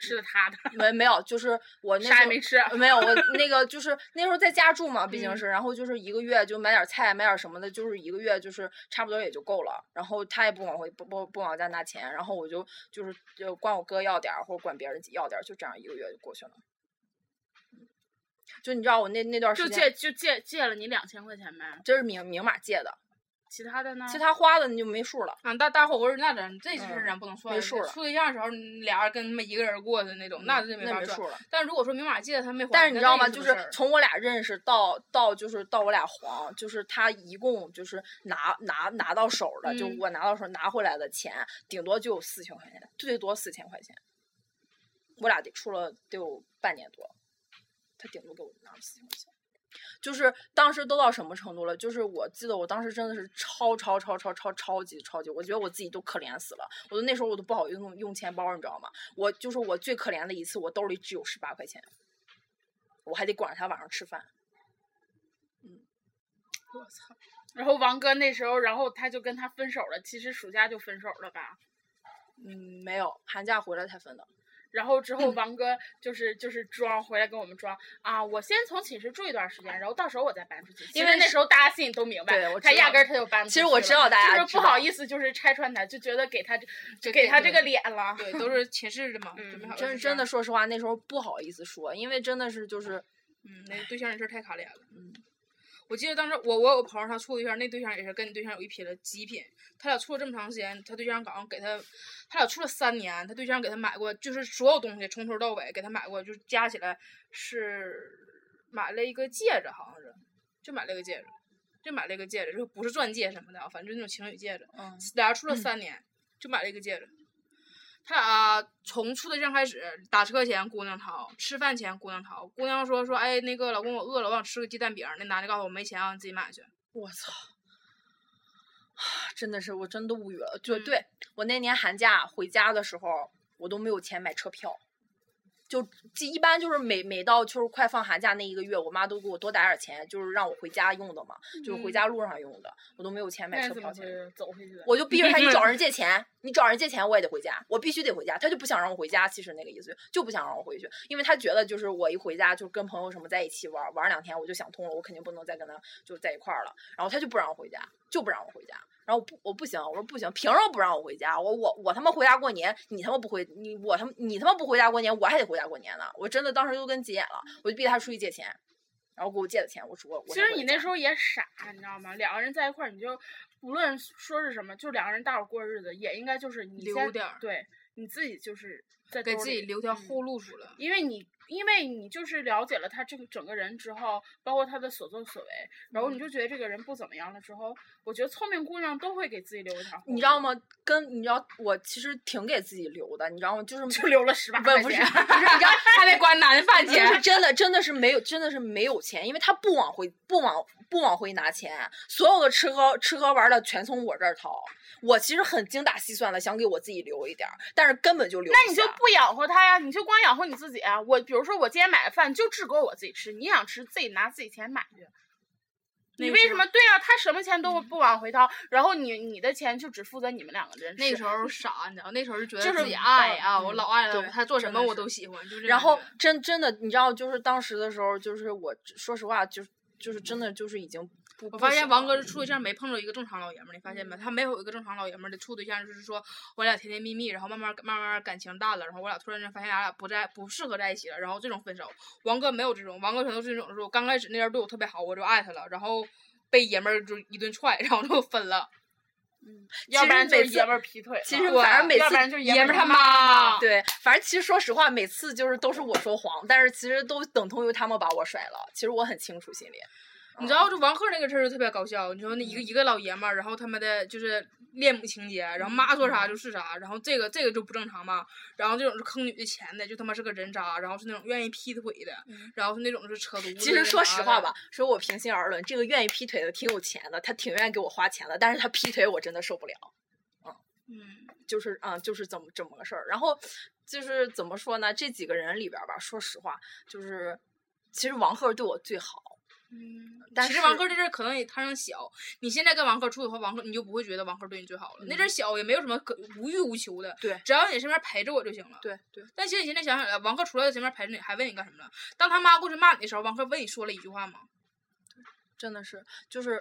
[SPEAKER 2] 吃的他的，
[SPEAKER 4] 没没有，就是我那时
[SPEAKER 2] 啥也
[SPEAKER 4] 候
[SPEAKER 2] 没吃。
[SPEAKER 4] 没有，我那个就是那时候在家住嘛，毕
[SPEAKER 3] 嗯
[SPEAKER 4] 竟是，然后就是一个月就买点菜，买点什么的，就是一个月就是差不多也就够了。然后他也不往回不不不往家拿钱，然后我就就是就管我哥要点儿，或者管别人要点儿，就这样一个月就过去了。就你知道我那那段
[SPEAKER 2] 就
[SPEAKER 4] 时间
[SPEAKER 2] 借就借借了你两千块钱呗，
[SPEAKER 4] 这是明明码借的，
[SPEAKER 2] 其他的呢？
[SPEAKER 4] 其他花的你就没数了。
[SPEAKER 3] 啊，大大伙儿那咱这事儿
[SPEAKER 4] 嗯
[SPEAKER 3] 咱不能算。
[SPEAKER 4] 没数了嗯
[SPEAKER 3] 处对象的时候，你俩人跟他妈一个人过的那种，那真没
[SPEAKER 4] 那
[SPEAKER 3] 法
[SPEAKER 4] 没
[SPEAKER 3] 算
[SPEAKER 4] 数了。
[SPEAKER 3] 但如果说明码借他没还，
[SPEAKER 4] 但是你知道吗？
[SPEAKER 3] 那这
[SPEAKER 4] 就
[SPEAKER 3] 个事
[SPEAKER 4] 是
[SPEAKER 3] 儿
[SPEAKER 4] 从我俩认识到到就是到我俩黄，就是他一共就是拿拿拿到手的，就
[SPEAKER 3] 嗯
[SPEAKER 4] 我拿到手拿回来的钱，顶多就有四千块钱，最多四千块钱。我俩得处了得有半年多，他顶多给我拿了四千块钱。就是当时都到什么程度了？就是我记得我当时真的是超超超超超超级超级，我觉得我自己都可怜死了。我都那时候我都不好用用钱包，你知道吗？我就是我最可怜的一次，我兜里只有十八块钱，我还得管着他晚上吃饭。
[SPEAKER 2] 然后王哥那时候，然后他就跟他分手了，其实暑假就分手了吧。
[SPEAKER 4] 嗯，没有，寒假回来才分的。
[SPEAKER 2] 然后之
[SPEAKER 3] 嗯
[SPEAKER 2] 后王哥就是就是装回来跟我们装啊，我先从寝室住一段时间，然后到时候我再搬出去。
[SPEAKER 4] 因
[SPEAKER 2] 因
[SPEAKER 4] 为
[SPEAKER 2] 为那
[SPEAKER 4] 是
[SPEAKER 2] 时候大家心里都明白，
[SPEAKER 4] 对我
[SPEAKER 2] 他
[SPEAKER 4] 知
[SPEAKER 2] 压
[SPEAKER 4] 道
[SPEAKER 2] 根儿他就搬不
[SPEAKER 4] 其实
[SPEAKER 2] 出
[SPEAKER 4] 我
[SPEAKER 2] 去
[SPEAKER 4] 知
[SPEAKER 2] 了
[SPEAKER 4] 道大家
[SPEAKER 2] 就是
[SPEAKER 4] 知
[SPEAKER 2] 不好
[SPEAKER 4] 道
[SPEAKER 2] 意思，就是拆穿他，就觉得给他这
[SPEAKER 3] 就
[SPEAKER 2] 给
[SPEAKER 3] 给
[SPEAKER 2] 他
[SPEAKER 3] 这
[SPEAKER 2] 这
[SPEAKER 3] 个
[SPEAKER 2] 个脸了。
[SPEAKER 3] 对，都是前世的嘛，
[SPEAKER 2] 嗯
[SPEAKER 3] 准备好
[SPEAKER 4] 真
[SPEAKER 3] 是
[SPEAKER 4] 真的，说实话，那时候不好意思说，因为真的是就是，
[SPEAKER 3] 嗯，那对象这事儿太卡脸了。嗯，我记得当时我我有个朋友，他处对象，那对象也是跟你对象有一拼了极品。他俩处了这么长时间，他对象刚给他，他俩处了三年，他对象给他买过，就是所有东西从头到尾给他买过，就是加起来是买了一个戒指，好像是，就买了一个戒指，就买了一个戒指，就不是钻戒什么的啊，反正就那种情侣戒指。
[SPEAKER 4] 嗯，
[SPEAKER 3] 俩人处了三年，就买了一个戒指。他俩从处对象开始，打车钱姑娘掏，吃饭钱姑娘掏。姑娘说说，哎，那个老公我饿了，我想吃个鸡蛋饼儿。那男的告诉我没钱，让你自己买去。
[SPEAKER 4] 我操！真的是，我真的无语了。就
[SPEAKER 3] 嗯
[SPEAKER 4] 对我那年寒假回家的时候，我都没有钱买车票，就就一般就是每每到就是快放寒假那一个月，我妈都给我多打点钱，就是让我回家用的嘛，就是回家路上用的，我都没有钱
[SPEAKER 2] 嗯
[SPEAKER 4] 买
[SPEAKER 2] 那
[SPEAKER 4] 车
[SPEAKER 2] 怎
[SPEAKER 4] 票
[SPEAKER 2] 么回
[SPEAKER 4] 钱。
[SPEAKER 2] 事？走回去的。
[SPEAKER 4] 我就逼 着他，你找人借钱，你找人借钱我也得回家，我必须得回家。他就不想让我回家，其实那个意思就不想让我回去，因为他觉得就是我一回家就跟朋友什么在一起玩玩两天，我就想通了，我肯定不能再跟他就在一块儿了。然后他就不让我回家，就不让我回家。然后我不我不行，我说不行，凭什么不让我回家？我我我他妈回家过年，你他妈不回你我他妈你他妈不回家过年，我还得回家过年呢。我真的当时都跟急眼了，我就逼他出去借钱，然后给我借的钱，我说
[SPEAKER 2] 其
[SPEAKER 4] 我
[SPEAKER 2] 实你那时候也傻，你知道吗？两个人在一块儿，你就不论说是什么，就两个人大伙儿过日子，也应该就是你
[SPEAKER 3] 留
[SPEAKER 2] 先
[SPEAKER 3] 点儿
[SPEAKER 2] 对你自己就是在
[SPEAKER 3] 给
[SPEAKER 2] 兜
[SPEAKER 3] 自
[SPEAKER 2] 里
[SPEAKER 3] 己留条
[SPEAKER 2] 嗯
[SPEAKER 3] 后路出来。
[SPEAKER 2] 因为你因为你就是了解了他这个整个人之后，包括他的所作所为，然
[SPEAKER 4] 嗯
[SPEAKER 2] 后你就觉得这个人不怎么样了之后，我觉得聪明姑娘都会给自己留一条后路。
[SPEAKER 4] 你知道吗？跟你知道，我其实挺给自己留的，你知道吗？就是
[SPEAKER 2] 就留了十八
[SPEAKER 4] 不
[SPEAKER 2] 块
[SPEAKER 4] 是
[SPEAKER 2] 钱，
[SPEAKER 4] 不是不是，你知道，
[SPEAKER 3] 还得管男的饭
[SPEAKER 4] 就
[SPEAKER 3] 钱。
[SPEAKER 4] 是真的真的是没有，真的是没有钱，因为他不往回不往不往回拿钱，所有的吃喝吃喝玩乐全从我这儿掏。我其实很精打细算的，想给我自己留一点儿，但是根本就留
[SPEAKER 2] 那
[SPEAKER 4] 不
[SPEAKER 2] 你
[SPEAKER 4] 下。
[SPEAKER 2] 就不养活他呀，你就光养活你自己啊。我比如说，我今天买的饭就只够我自己吃，你想吃自己拿自己钱买去。你
[SPEAKER 3] 那个
[SPEAKER 2] 为
[SPEAKER 3] 时
[SPEAKER 2] 什
[SPEAKER 3] 候
[SPEAKER 2] 么对啊？他什么钱都
[SPEAKER 4] 嗯
[SPEAKER 2] 不往回掏，然后你你的钱就只负责你们两个人吃。
[SPEAKER 3] 那时候傻，你知道，那时候就觉
[SPEAKER 2] 就是
[SPEAKER 3] 得自己爱啊，
[SPEAKER 4] 嗯
[SPEAKER 3] 我老爱了，
[SPEAKER 4] 对
[SPEAKER 3] 他做什
[SPEAKER 4] 真
[SPEAKER 3] 么
[SPEAKER 4] 的
[SPEAKER 3] 我
[SPEAKER 4] 是
[SPEAKER 3] 都喜欢，就这种
[SPEAKER 4] 然后
[SPEAKER 3] 感觉
[SPEAKER 4] 真真的，你知道，就是当时的时候，就是我说实话，就是就是真的就是已经不。嗯
[SPEAKER 3] 我发现王哥
[SPEAKER 4] 是
[SPEAKER 3] 是处对象没碰着一个正常老爷们儿，你发现没？
[SPEAKER 4] 嗯
[SPEAKER 3] 他没有一个正常老爷们儿的处对象，就是说我俩甜甜蜜蜜，然后慢慢慢慢感情淡了，然后我俩突然间发现俺俩不在不适合在一起了，然后这种分手。王哥没有这种，王哥全都是那种说刚开始那人对我特别好，我就爱他了，然后被爷们儿就一顿踹，然后就分了。
[SPEAKER 2] 要不然
[SPEAKER 4] 其实
[SPEAKER 2] 就是
[SPEAKER 4] 每次
[SPEAKER 2] 爷们儿劈腿了。啊
[SPEAKER 4] 其实
[SPEAKER 3] 我
[SPEAKER 4] 反正每次
[SPEAKER 2] 要不然就是爷
[SPEAKER 3] 爷
[SPEAKER 2] 们
[SPEAKER 3] 们
[SPEAKER 2] 儿他
[SPEAKER 3] 儿他
[SPEAKER 2] 妈
[SPEAKER 3] 妈，
[SPEAKER 4] 对，反正其实说实话，每次就是都是我说谎，但是其实都等同于他们把我甩了。其实我很清楚心里。
[SPEAKER 3] 你知
[SPEAKER 4] 嗯
[SPEAKER 3] 道这王鹤那个事儿就特别搞笑，你说那一个一个老爷们儿，然后他们的就是恋母情节，
[SPEAKER 4] 嗯
[SPEAKER 3] 然后妈说啥就是啥，然后这个这个就不正常嘛，然后这种是坑女的钱的，就他妈是个人渣，然后是那种愿意劈腿的，然后是那种是扯犊子。
[SPEAKER 4] 嗯 其实说实话吧，，说我平心而论，这个愿意劈腿的挺有钱的，他挺愿意给我花钱的，但是他劈腿我真的受不了。
[SPEAKER 3] 嗯，
[SPEAKER 4] 就是啊、就是怎么怎么个事儿。然后就是怎么说呢？这几个人里边儿吧，说实话，就是其实王鹤对我最好，
[SPEAKER 3] 嗯，
[SPEAKER 4] 但
[SPEAKER 3] 其
[SPEAKER 4] 是
[SPEAKER 3] 实王鹤这阵儿可能也摊上小，你现在跟王鹤处的话，王鹤你就不会觉得王鹤对你最好了。那阵儿小也没有什么可无欲无求的，
[SPEAKER 4] 嗯对
[SPEAKER 3] 只要你身边陪着我就行了。
[SPEAKER 4] 对对，
[SPEAKER 3] 但其实你现在想想来，王鹤除了在身边陪着你，还问你干什么了？当他妈过去骂你的时候，王鹤问你说了一句话吗？
[SPEAKER 4] 真的是就是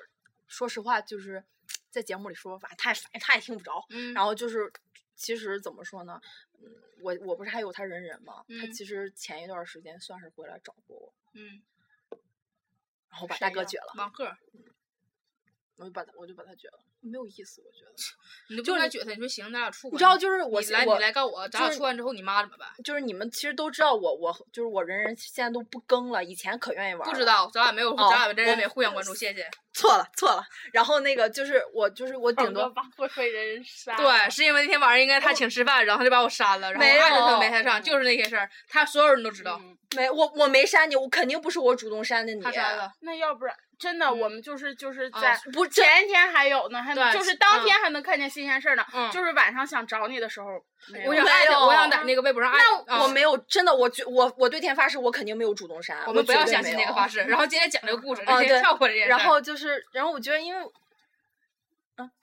[SPEAKER 4] 说实话，就是在节目里说吧，他也反正他也听不着，
[SPEAKER 3] 嗯
[SPEAKER 4] 然后就是，其实怎么说呢？嗯，我我不是还有他人人吗？他
[SPEAKER 3] 嗯
[SPEAKER 4] 其实前一段时间算是回来找过我，
[SPEAKER 3] 嗯，
[SPEAKER 4] 然后把大
[SPEAKER 3] 谁
[SPEAKER 4] 哥
[SPEAKER 3] 呀
[SPEAKER 4] 撅了，
[SPEAKER 3] 王鹤，
[SPEAKER 4] 我就把他我就把他撅了，没有意思，我觉得。
[SPEAKER 3] 你就
[SPEAKER 4] 就
[SPEAKER 3] 不应该
[SPEAKER 4] 你
[SPEAKER 3] 觉得他，你说行，咱俩处吧。
[SPEAKER 4] 你知道，就是我
[SPEAKER 3] 你来，你
[SPEAKER 4] 我
[SPEAKER 3] 来告我，咱
[SPEAKER 4] 就
[SPEAKER 3] 俩
[SPEAKER 4] 是
[SPEAKER 3] 处完之后，你妈怎么办？
[SPEAKER 4] 就是你们其实都知道我我就是我人人现在都不更了，以前可愿意玩。
[SPEAKER 3] 不知。道，咱俩没有，咱俩
[SPEAKER 4] 哦
[SPEAKER 3] 真人
[SPEAKER 4] 我
[SPEAKER 3] 没互相关注，谢谢。
[SPEAKER 4] 错了错 了，然后那个就是我就是我顶多
[SPEAKER 2] 把会被人杀。
[SPEAKER 3] 对，是因为那天晚上应该他请吃饭，然后他就把我删了，然
[SPEAKER 4] 哦
[SPEAKER 3] 后
[SPEAKER 4] 没
[SPEAKER 3] 我按着他
[SPEAKER 4] 有
[SPEAKER 3] 没他上，就是那些事儿，他所有人都知道。
[SPEAKER 2] 嗯
[SPEAKER 4] 没我我没删你，我肯定不是我主动删的你。
[SPEAKER 3] 他删了，
[SPEAKER 2] 那要不然真
[SPEAKER 4] 嗯
[SPEAKER 2] 的，我们就是就是
[SPEAKER 3] 啊
[SPEAKER 2] 在
[SPEAKER 4] 不这
[SPEAKER 2] 前一天还有呢，还
[SPEAKER 3] 对
[SPEAKER 2] 就是
[SPEAKER 3] 嗯
[SPEAKER 2] 当天还能看见新鲜事儿呢，
[SPEAKER 3] 嗯
[SPEAKER 2] 就是晚上想找你的时候，没有
[SPEAKER 3] 我
[SPEAKER 4] 有
[SPEAKER 3] 想艾特，我想
[SPEAKER 4] 没
[SPEAKER 3] 在
[SPEAKER 4] 有
[SPEAKER 3] 那个微博上艾特。
[SPEAKER 2] 那
[SPEAKER 3] 啊
[SPEAKER 4] 我没有真的我觉我我对天发誓，我肯定没有主动删。
[SPEAKER 3] 我们不要相信
[SPEAKER 4] 那
[SPEAKER 3] 那个发。誓。然后今天讲这个故事，咱
[SPEAKER 4] 啊
[SPEAKER 3] 先
[SPEAKER 4] 对
[SPEAKER 3] 跳过这件事儿。
[SPEAKER 4] 然后就是，然后我觉得因为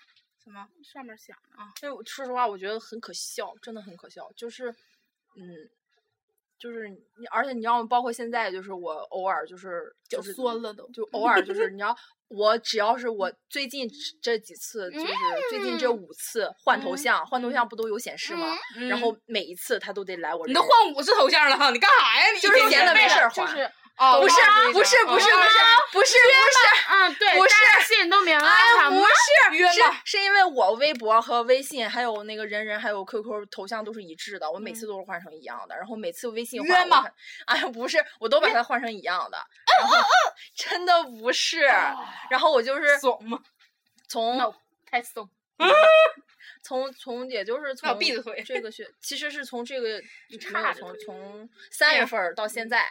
[SPEAKER 3] 什么？
[SPEAKER 2] 上面想啊，
[SPEAKER 4] 因为我说实话，我觉得很可笑，真的很可笑。就是，嗯，就是你，而且你知道吗？包括现在，就是我偶尔就是就是
[SPEAKER 3] 酸了都
[SPEAKER 4] 就偶尔 就是你知道，我只要是我最近这这几次，就是最近这五次换头像，换头像不都有显示吗？然后每一次他都得来我这
[SPEAKER 3] 嗯你
[SPEAKER 4] 儿，
[SPEAKER 3] 都换五次头像了，你干啥呀？你
[SPEAKER 4] 就是闲
[SPEAKER 3] 闲
[SPEAKER 4] 的
[SPEAKER 3] 的
[SPEAKER 4] 没
[SPEAKER 2] 为
[SPEAKER 4] 事
[SPEAKER 2] 了
[SPEAKER 4] 儿
[SPEAKER 2] 就
[SPEAKER 4] 换
[SPEAKER 2] 是
[SPEAKER 3] 哦，
[SPEAKER 4] 不是啊，不是，不是，不是，不是，啊不是。
[SPEAKER 2] 嗯，对，
[SPEAKER 4] 不是
[SPEAKER 2] 大家信都明白
[SPEAKER 4] 哎，
[SPEAKER 2] 了
[SPEAKER 4] 不
[SPEAKER 2] 吗？
[SPEAKER 4] 是，
[SPEAKER 3] 约
[SPEAKER 4] 是
[SPEAKER 3] 吧
[SPEAKER 4] 是因为我微博和微信还有那个人人还有 QQ 头像都是一致的，我每次都是换成一样的，然后每次微信换
[SPEAKER 3] 嗯约
[SPEAKER 4] 我
[SPEAKER 3] 吗嗯
[SPEAKER 4] 看？哎呀，不是，我都把它换成一样的，然后真的不是。然后我就是
[SPEAKER 3] 哦怂吗？
[SPEAKER 4] 从
[SPEAKER 2] ，no，太怂。
[SPEAKER 4] 从从也就是
[SPEAKER 3] 那我
[SPEAKER 4] 从
[SPEAKER 3] 闭着嘴
[SPEAKER 4] 这个学，其实是从这个没
[SPEAKER 2] 差着
[SPEAKER 4] 有从从三月份儿到现在。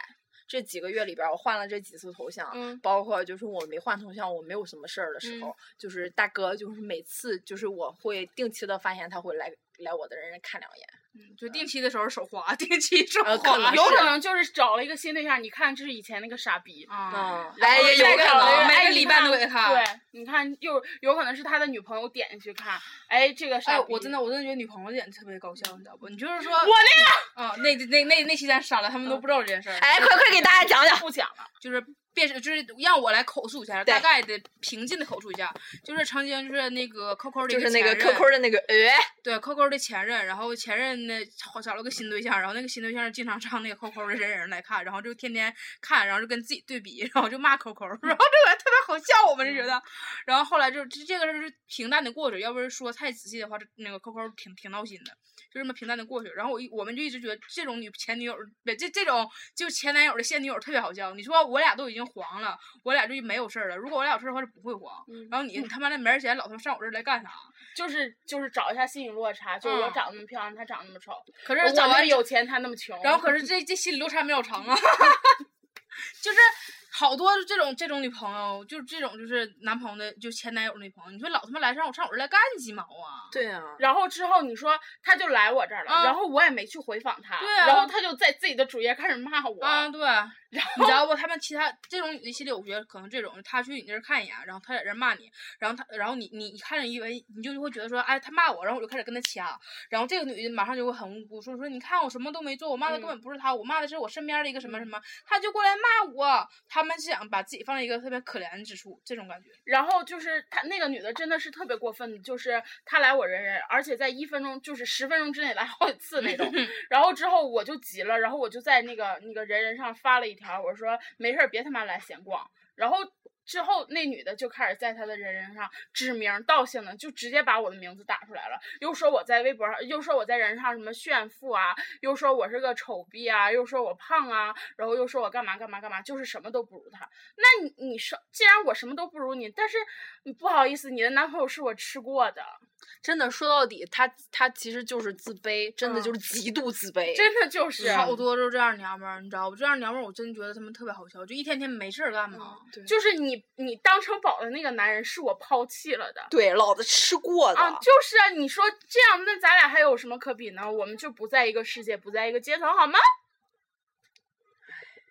[SPEAKER 4] 这几个月里边儿，我换了这几次头像，
[SPEAKER 2] 嗯
[SPEAKER 4] 包括就是我没换头像，我没有什么事儿的时
[SPEAKER 2] 嗯
[SPEAKER 4] 候，就是大哥，就是每次就是我会定期的发现他会来来我的人人看两眼，
[SPEAKER 3] 就定期的时候手滑，定期手
[SPEAKER 4] 呃可
[SPEAKER 3] 滑。
[SPEAKER 4] 能
[SPEAKER 2] 有
[SPEAKER 4] 是
[SPEAKER 2] 可能就是找了一个新对象，你看这是以前那个傻逼，哎
[SPEAKER 3] 啊，
[SPEAKER 4] 来也有
[SPEAKER 2] 再
[SPEAKER 4] 可
[SPEAKER 2] 找了一
[SPEAKER 4] 能，
[SPEAKER 2] 哎
[SPEAKER 3] 每个
[SPEAKER 2] 你
[SPEAKER 3] 礼拜
[SPEAKER 2] 看
[SPEAKER 3] 都给他
[SPEAKER 2] 对，你看又有可能是他的女朋友点进去看，哎，这个
[SPEAKER 3] 哎
[SPEAKER 2] 傻，逼，
[SPEAKER 3] 我真的，我真的觉得女朋友演特别搞笑，你知道不？你就是说，
[SPEAKER 2] 我那
[SPEAKER 3] 啊，那那那那期咱删了，他们都不知道这件事儿。
[SPEAKER 4] 哎，快快给大家讲讲
[SPEAKER 2] 个，不讲了，
[SPEAKER 3] 就是变成就是让我来口述一下，
[SPEAKER 4] 对
[SPEAKER 3] 大概的平静的口述一下，就是曾经就是那个 QQ 的一
[SPEAKER 4] 就是那个
[SPEAKER 3] 前任
[SPEAKER 4] QQ 的那个，哎，
[SPEAKER 3] 对 QQ 的前任，然后前任呢好找了个新对象，然后那个新对象经常上那个 QQ 的人人来看，然后就天天看，然后就跟自己对比，然后就骂 QQ，然后这个特别好笑，我们就觉得，然后后来就这这个事儿就平淡的过去，要不是说太仔细的话，这那个 QQ 挺挺闹心的。就这么平淡的过去，然后我一我们就一直觉得这种女前女友，不这这种就前男友的现女友特别好笑。你说我俩都已经黄了，我俩就没有事儿了。如果我俩有事儿的话，就不会黄。然后你你他妈的没人嫌老头上我这儿来干啥？
[SPEAKER 2] 就是就是找一下心理落差，就是我
[SPEAKER 3] 嗯
[SPEAKER 2] 长那么漂亮，他长那么丑，
[SPEAKER 3] 可
[SPEAKER 2] 我
[SPEAKER 3] 是
[SPEAKER 2] 那
[SPEAKER 3] 咱
[SPEAKER 2] 么
[SPEAKER 3] 们
[SPEAKER 2] 有钱，他那么穷，
[SPEAKER 3] 然后可是这这心理落差没有长啊， 就是好多这种这种女朋友，就是这种就是男朋友的就前男友的女朋友，你说老他妈来上我上我这儿来干鸡毛啊？
[SPEAKER 4] 对啊，
[SPEAKER 2] 然后之后你说他就来我这儿了，
[SPEAKER 3] 啊
[SPEAKER 2] 然后我也没去回访他，
[SPEAKER 3] 对啊
[SPEAKER 2] 然后他就在自己的主页开始骂我，
[SPEAKER 3] 啊，对，然后你知道不？他们其他这种女的心理，我觉得可能这种，他去你那儿看一眼，然后他在这儿骂你，然后他，然后你你你看着一文，你就会觉得说，哎，他骂我，然后我就开始跟他掐，然后这个女的马上就会很无辜，说说你看我什么都没做，我骂的根本不是他，我骂的是我身边的一个什么什么，他就过来骂我，他们是想把自己放在一个特别可怜之处，这种感觉。
[SPEAKER 2] 然后就是他那个女的真的是特别过分的，就是她来我人人，而且在一分钟就是十分钟之内来好几次 那种。然后之后我就急了，然后我就在那个那个人人上发了一条，我说没事儿别他妈来闲逛。然后之后那女的就开始在她的人人上指名道姓的，就直接把我的名字打出来了，又说我在微博上，又说我在人人上什么炫富啊，又说我是个丑逼啊，又说我胖啊，然后又说我干嘛干嘛干嘛，就是什么都不如她。那你你说，既然我什么都不如你，但是你不好意思，你的男朋友是我吃过的，
[SPEAKER 4] 真的说到底，他他其实就是自卑，真的
[SPEAKER 2] 嗯
[SPEAKER 4] 就是极度自卑，
[SPEAKER 2] 真的就是啊
[SPEAKER 3] 好多都这样娘们儿，你知道不？这样娘们儿我真觉得他们特别好笑，就一天天没事儿干嘛。
[SPEAKER 2] 嗯
[SPEAKER 4] 对
[SPEAKER 2] 就是你你当成宝的那个男人是我抛弃了的。
[SPEAKER 4] 对，老子吃过的，
[SPEAKER 2] 啊，就是啊！你说这样，那咱俩还有什么可比呢？我们就不在一个世界，不在一个阶层，好吗？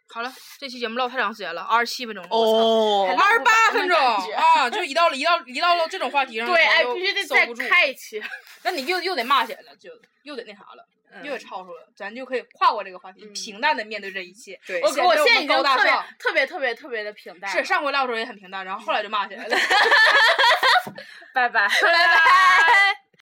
[SPEAKER 3] 好了，这期节目唠太长时间了，二十七分钟了。我操。
[SPEAKER 4] 哦
[SPEAKER 2] 还
[SPEAKER 3] 二十八
[SPEAKER 2] 那
[SPEAKER 3] 分钟
[SPEAKER 2] 种感觉
[SPEAKER 3] 啊，就一到一到一到了这种话题上，
[SPEAKER 2] 对，哎，
[SPEAKER 3] 就
[SPEAKER 2] 必须得
[SPEAKER 3] 收
[SPEAKER 2] 再
[SPEAKER 3] 不住。
[SPEAKER 2] 开一期。
[SPEAKER 3] 那你又又得骂起来了，就又得那啥了，
[SPEAKER 4] 嗯
[SPEAKER 2] 嗯
[SPEAKER 3] 又得吵吵了，咱就可以跨过这个话题，平淡的面对这一切。
[SPEAKER 4] 对
[SPEAKER 2] 我
[SPEAKER 3] 显得
[SPEAKER 2] 我
[SPEAKER 3] 我
[SPEAKER 2] 嗯现在
[SPEAKER 3] 们
[SPEAKER 2] 已经
[SPEAKER 3] 高大
[SPEAKER 2] 特别
[SPEAKER 3] 上
[SPEAKER 2] 特别特别特别的平淡。
[SPEAKER 3] 是，上回唠的时候也很平淡，然后后来就骂起来了。
[SPEAKER 2] 拜拜。
[SPEAKER 4] 拜拜。